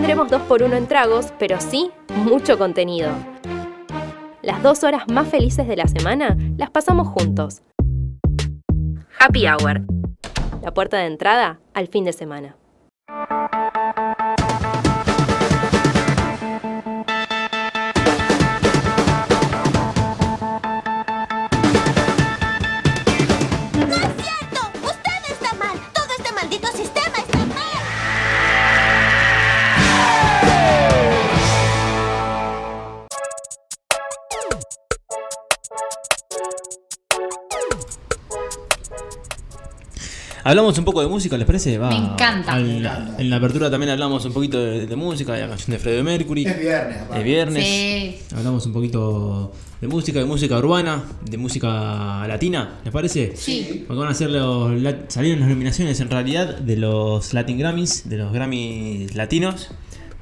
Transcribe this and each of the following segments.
hacemos 2x1 en tragos, pero sí mucho contenido. Las dos horas más felices de la semana las pasamos juntos. Happy Hour. La puerta de entrada al fin de semana. ¡No es cierto! ¡Usted está mal! ¡Todo este maldito sistema está mal! Hablamos un poco de música, ¿les parece? Va, Me encanta. al- en la apertura también hablamos un poquito de, de música, de la canción de Freddie Mercury. Es viernes, aparte. Es viernes. Sí. Hablamos un poquito de música, de música urbana, de música latina, ¿les parece? Sí. Porque van a ser los, la- salieron las nominaciones en realidad de los Latin Grammys, de los Grammys latinos,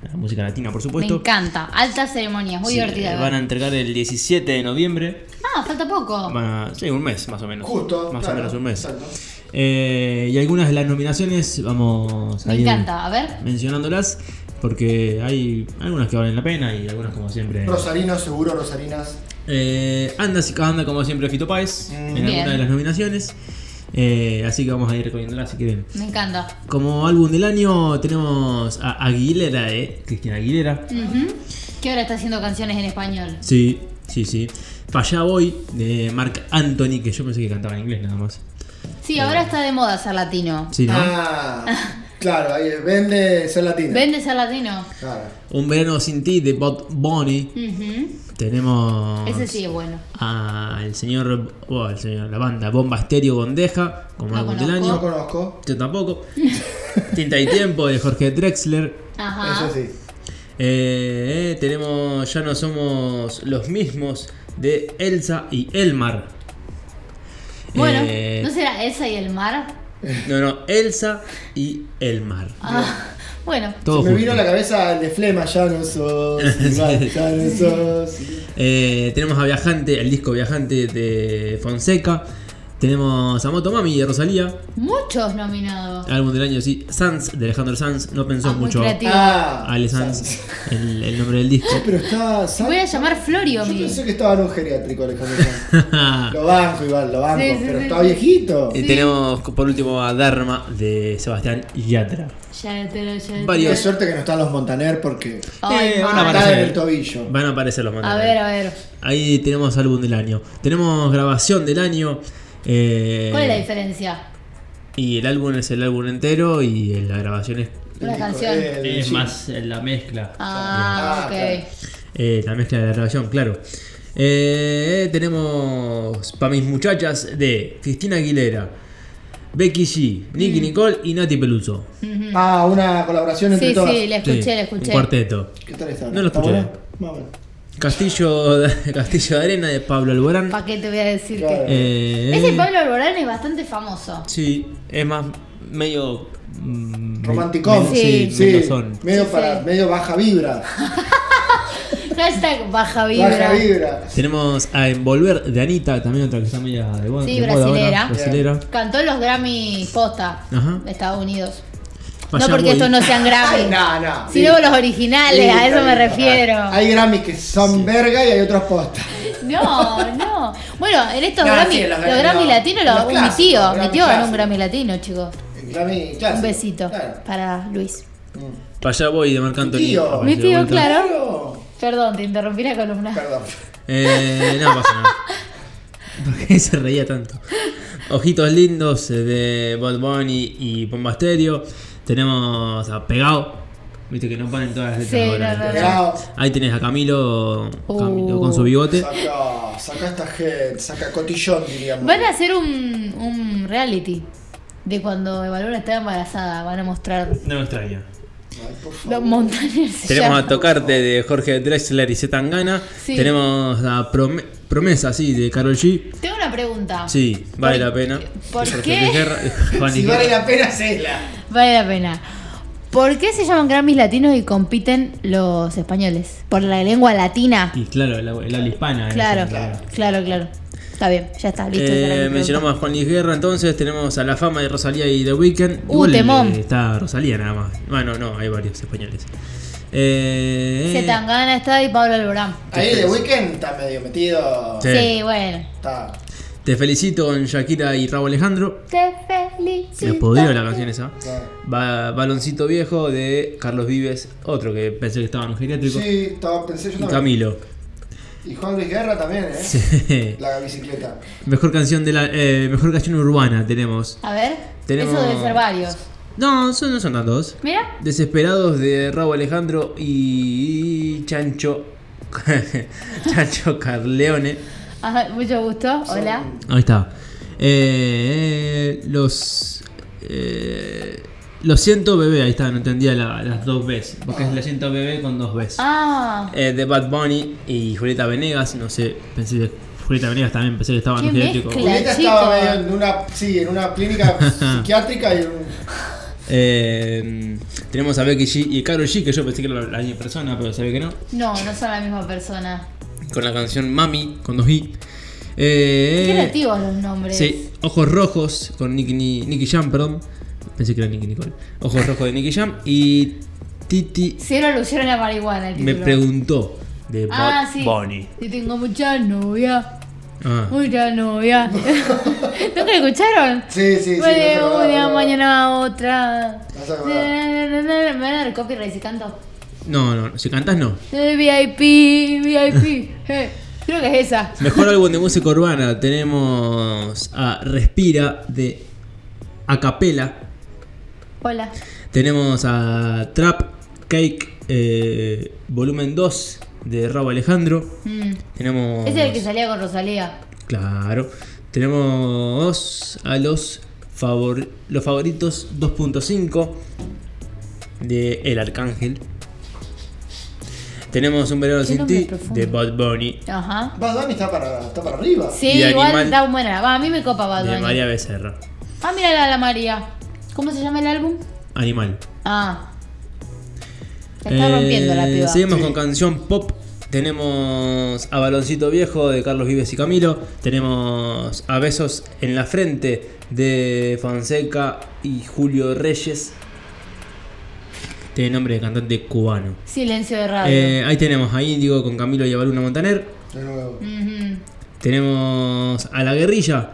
la música latina por Me supuesto. encanta. Altas ceremonias, muy Se divertida. Van a entregar el 17 de noviembre. Ah, falta poco. Van a- sí, un mes más o menos. Justo, Más claro, o menos un mes. exacto. Eh, y algunas de las nominaciones vamos Me a ir encanta. A ver. mencionándolas porque hay algunas que valen la pena y algunas como siempre. Rosarinos, seguro, Rosarinas. Eh, anda, si- anda como siempre Fito Páez en Bien. alguna de las nominaciones. Eh, así que vamos a ir recogiéndolas si quieren. Me encanta. Como álbum del año tenemos a Aguilera, eh. Cristina Aguilera. Ujú. Que ahora está haciendo canciones en español. Sí, sí, sí. Fallá Boy de Mark Anthony, que yo pensé que cantaba en inglés nada más. Sí, ahora está de moda ser latino. Sí, ¿no? Ah, claro, ahí es, vende ser latina. Vende ser latino. Claro. Un verano sin ti de Bob Bonnie. Ujú. Tenemos Ese sí es bueno. al señor, oh, al señor, la banda Bomba Estéreo Bondeja, como No álbum del conozco. No año. conozco. Yo tampoco. Tinta y Tiempo de Jorge Drexler. Ajá. Eso sí. Eh, eh, tenemos Ya no somos los mismos de Elsa y Elmar. Bueno, Eh, ¿no será Elsa y el mar? no, no, Elsa y Elmar. Ah, bueno, Todo Se me vino a junto. la cabeza el de Flema, ya no sos, igual, ya no sos. Eh, tenemos a Viajante, el disco Viajante de Fonseca. Tenemos a Moto Mami de Rosalía, muchos nominados. álbum del año, sí. Sanz de Alejandro Sanz, no pensó Ah, muy mucho. creativo. Ah, Ale Sanz, Sanz. el, el nombre del disco. Pero está Te Sanz. voy a llamar Florio. Yo mi- pensé que estaba en un geriátrico, Alejandro Sanz. Lo banco igual, lo banco, Sí, sí, pero sí, está sí. viejito. Eh, Tenemos por último a Dharma de Sebastián Yatra. Ya te lo- ya te lo- Varios. Qué suerte que no están los Montaner porque Ay, Eh, mal. una está Parece- en el tobillo. Van a aparecer los mandos. A ver, a ver. Ahí tenemos álbum del año. Tenemos grabación del año. eh, ¿Cuál es la diferencia? Y el álbum es el álbum entero y la grabación es, Una Dijo, canción. eh, es sí. más eh, la mezcla. Ah, Ah, ok. Eh, la mezcla de la grabación, claro. Eh, tenemos para mis muchachas de Cristina Aguilera, Becky G, Nicky Mm. Nicole y Nati Peluso. Ah, una colaboración entre Sí, todas. sí, la escuché, Sí, la Un escuché. cuarteto. ¿Qué tal está? No lo ¿Está escuché. buena? Más o menos. Castillo de, Castillo de Arena de Pablo Alborán. ¿Para qué te voy a decir Claro. que.? Eh, Ese Pablo Alborán es bastante famoso. Sí, es más medio. mm, Romanticón. men- Sí, Sí, mendozón. medio, Sí, para, sí. medio baja vibra. Hashtag baja vibra. Baja vibra. Tenemos a Envolver de Anita, también otra que está media de moda. Sí, de moda ahora, brasilera. brasilera. Cantó en los Grammy posta Ajá. de Estados Unidos. Vaya no porque Boy. estos no sean Grammy, Ay, no, no. sino Sí. los originales, Sí, a eso está me bien. refiero. Hay Grammys que son verga y hay otros postas. No, no. Bueno, en estos No, Grammy, sí, los los, Grammy Grammy no. latinos, Los los- uy, mi clásicos, tío, los mi Grammy tío ganó un clásicos. Grammy latino, chicos. El Grammy clásico. Un besito Claro. para Luis. Vaya Boy de Marc Anthony. tío. apareció Mi de tío, vuelta. claro. Pero- Perdón, te interrumpí la columna. Perdón. Eh, no pasa nada. ¿Por qué se reía tanto? Ojitos lindos eh, de Bad Bunny y Bombasterio. Tenemos a Pegao. Viste que no ponen todas las letras. Sí, ahora. no, no, no. Pegao. Ahí tenés a Camilo, Camilo Uh. con su bigote. Saca, saca esta gente, saca cotillón, diríamos. Van a hacer un, un reality de cuando Evaluna está embarazada. Van a mostrar No me extraña. Ay, por favor. los montañas. Tenemos a Tocarte de Jorge Drexler y Zetangana. Sí. Tenemos a Prome- Promesa, sí, de Carol G. Tengo una pregunta. Sí, vale la pena. por Jorge qué? Drexler- Juan Si Iglesias. vale la pena, hacela. Vale la pena. ¿Por qué se llaman Grammys latinos y compiten los españoles? Por la lengua latina. Y claro, el, el habla hispana. en Claro, ese momento. claro, claro. Está bien, ya está, listo. esa era mi Eh, pregunta. mencionamos a Juan Luis Guerra, entonces tenemos a La Fama de Rosalía y The Weeknd. Uh, Igual, eh, temón. Está Rosalía nada más. Bueno, no, hay varios españoles. Eh, Se Tangana está y Pablo Alborán. Ahí de Weekend está medio metido. Sí. Sí. bueno. Está. Te felicito con Shakira y Raúl Alejandro. Te felicito. Me podría la canción esa. está. Ba- Baloncito Viejo de Carlos Vives, otro que pensé que estaba en un geriátrico. Sí, estaba, pensé yo Y también. Camilo. Y Juan Luis Guerra también, ¿eh? La bicicleta. mejor canción de la eh, mejor canción urbana tenemos. A ver, Tenemos- eso debe ser varios. No, son, no son tantos. Mira, Desesperados de Raúl Alejandro y Chancho Chancho Carleone. Ajá, mucho gusto. Hola. Ahí está. Eh, los eh, lo siento bebé, ahí está, no entendía la- las dos Bs, porque es lo siento bebé con dos Bs. Ah, Eh, de Bad Bunny y Julieta Venegas, no sé, pensé que Julieta Venegas también pensé que estaba en un Qué geriátrico. mezcla. Julieta chico. estaba medio en una, sí, en una clínica psiquiátrica y en un- Eh, tenemos a Becky G y Karol G, que yo pensé que era la misma persona, pero se ve que no. no, no son la misma persona. Con la canción Mami, con dos I. Qué Eh, creativos los nombres. Sí, Ojos Rojos con Nicky, Ni- Nicky Jam, perdón. Pensé que era Nicky Nicole. Ojos Rojos de Nicky Jam. Y Titi Cero alusión a la marihuana el me título. preguntó de Bad Ah, sí. Bunny. Yo tengo mucha novia. Ah. Mucha novia. ¿Nunca lo escucharon? Sí, sí, sí. Vale, no sé, una, no, no, no. mañana otra. No sé, no. Me van a dar copyright si canto. No, no, si cantás no. Eh, VIP, VIP. eh, Creo que es esa. Mejor álbum de música urbana tenemos a Respira de Acapela. Hola. Tenemos a Trap Cake eh, Volumen 2 de Raúl Alejandro. Mm. Tenemos. Ese es el que salía con Rosalía. Claro. Tenemos a los, favor, los favoritos 2.5 de El Arcángel. Tenemos Un verano Qué sin nombre ti profundo. de Bad Bunny. Ajá. Bad Bunny está para, está para arriba. Sí, Y igual Animal- está buena. Va, a mí me copa Bad De Bunny. María Becerra. Ah, mira la, la María. ¿Cómo se llama el álbum? Animal. Ah. La está rompiendo la Eh, piba. Seguimos con canción pop. Tenemos a Baloncito Viejo de Carlos Vives y Camilo. Tenemos a Besos en la Frente de Fonseca y Julio Reyes. Tiene nombre de cantante cubano. Silencio de radio. Eh, ahí tenemos a Índigo con Camilo y a Baluna Montaner. De nuevo. Ujú. Tenemos a La Guerrilla.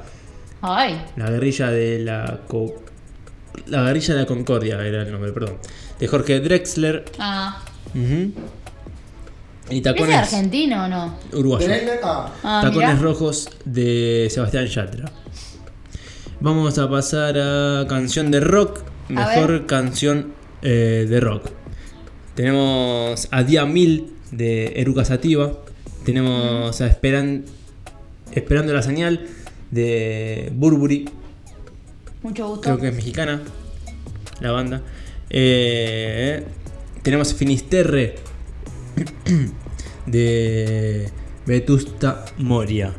Ay. La guerrilla de la... co- la guerrilla de la Concordia era el nombre, perdón. De Jorge Drexler. Ah. Ujú. Y ¿Es tacones argentino o no? uruguayo. Trailer, ah, Ah, tacones mirá. rojos de Sebastián Yatra. Vamos a pasar a canción de rock. Mejor ver. canción eh, de rock. Tenemos a Día 1000 de Eruca Sativa. Mm. Tenemos a Esperan- Esperando la señal de Burbury. Mucho gusto. Creo que es mexicana la banda. Eh, tenemos Finisterre de Vetusta Moria.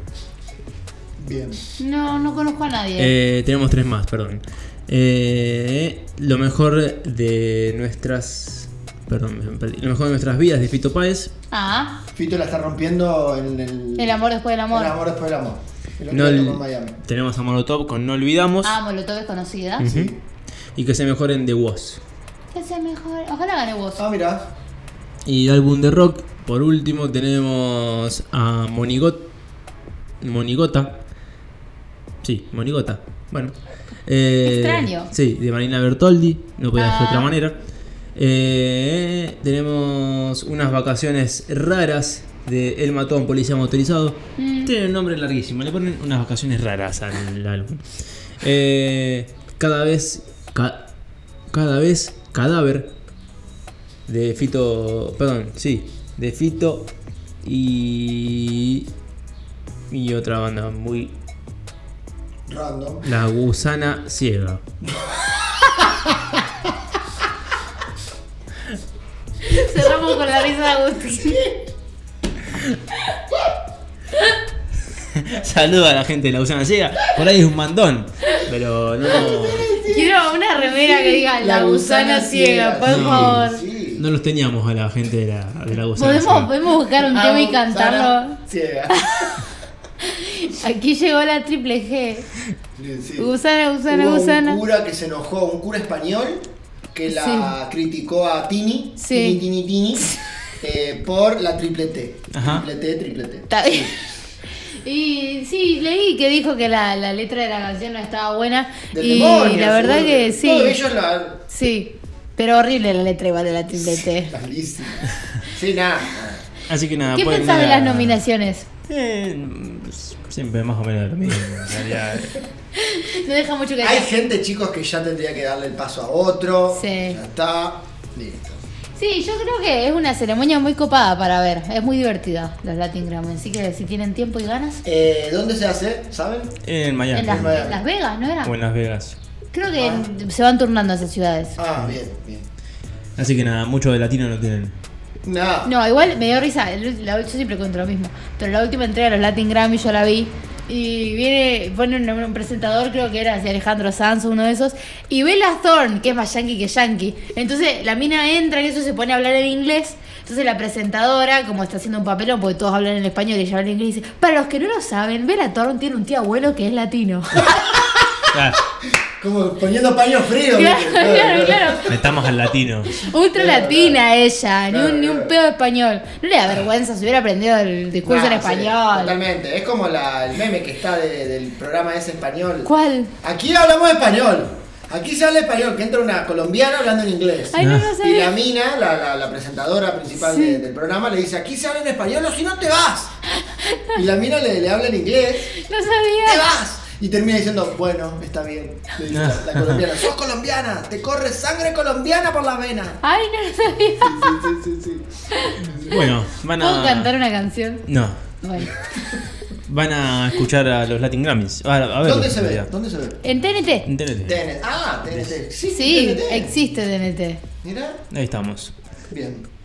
bien. No, no conozco a nadie. Eh, tenemos tres más, perdón. Eh, lo mejor de nuestras. Perdón, me perdí. Lo mejor de nuestras vidas de Fito Páez. Ah, Fito la está rompiendo en el. el amor después del amor. El amor después del amor. El No otro ol- día con Miami. tenemos a Molotov con No Olvidamos. Ah, Molotov es conocida. Sí. Y que se mejoren The Woz. Que sea mejor. Ojalá gane vos. Ah, mira. Y álbum de rock, por último, tenemos a Monigot. Monigota. Sí, Monigota. Bueno. Eh, Extraño. Sí, de Marina Bertoldi. No podía ser de Ah. otra manera. Eh, tenemos unas vacaciones raras de El Matón Policía Motorizado. Tiene un nombre larguísimo. Le ponen unas vacaciones raras al álbum. Eh, cada vez. ca- cada vez cadáver de Fito, perdón, sí, de Fito y y otra banda muy Random. La Gusana Ciega. Cerramos con la risa de Agustín. Saluda a la gente de La Gusana Ciega. Por ahí es un mandón, pero no Quiero una remera que diga Ah, la, gusana, ciega, por Sí, favor. Sí. no los teníamos a la gente de La, de la Gusana ¿Podemos, Ah, Ciega. podemos buscar un tema y Gusana cantarlo. Ciega. Aquí llegó la triple G. Sí. Gusana, gusana, Hubo gusana. Un cura que se enojó, un cura español que la Sí. criticó a Tini, Sí. Tini, Tini, Tini, eh, por la triple T. Ajá. Triple T, triple T. Está bien. Y sí, leí que dijo que la, la letra de la canción no estaba buena. Del y demonio, la verdad seguro que sí. Todos ellos la. Sí. Pero horrible la letra igual de la triple T. Malísima. Sí, nada. Así que nada, ¿Qué pueden pensás ir de a- las nominaciones? Eh, pues, siempre más o menos lo mismo. en realidad. No deja mucho que Hay decir. gente, chicos, que ya tendría que darle el paso a otro. Sí. Ya está. Listo. Sí, yo creo que es una ceremonia muy copada para ver. Es muy divertida los Latin Grammy. Así que si tienen tiempo y ganas. Eh, ¿Dónde se hace? ¿Saben? en Miami. En las, Miami. en Las Vegas, ¿no era? O en Las Vegas. Creo que se van turnando esas ciudades. Ah, bien, bien. Así que nada, mucho de latino no tienen. Nada. No, igual me dio risa. el- la- yo siempre cuento lo mismo. Pero la última entrega de los Latin Grammy yo la vi. Y viene, pone un, un presentador, creo que era si Alejandro Sanz, uno de esos. Y Bella Thorne, que es más yankee que yankee. Entonces la mina entra y eso se pone a hablar en inglés. Entonces la presentadora, como está haciendo un papelón, porque todos hablan en español y ella habla en inglés, dice: Para los que no lo saben, Bella Thorne tiene un tío abuelo que es latino. Ah, Como poniendo paños fríos. claro, ¿viste? claro, claro. metamos al latino. Ultra latina ella, ni, Claro, un, ni un claro. pedo de español. No le da vergüenza si hubiera aprendido el discurso en Nah, Ah, sí, español. totalmente. Es como la- el meme que está de- del programa ese español. ¿Cuál? Aquí hablamos español. Aquí se habla español, que entra una colombiana hablando en inglés. Ay, no lo Y la sabía. mina, la, la- la presentadora principal Sí. de- del programa, le dice, aquí se habla en español o si no te vas. Y la mina le, le habla en inglés, No te sabía. vas. Y termina diciendo, bueno, está bien. Le dice la, la colombiana, sos colombiana, te corre sangre colombiana por las venas. Ay, no lo sabía. Sí, sí, sí, sí. Bueno, van ¿Puedo cantar a. una canción? No, Bueno. van a escuchar a los Latin Grammys. A, a Eh. verlos, ¿Dónde se en ve? realidad. ¿Dónde se ve? En TNT. En TNT. TNT. Ah, TNT. Sí, Sí, TNT. existe TNT. Mira, Ahí estamos. bien.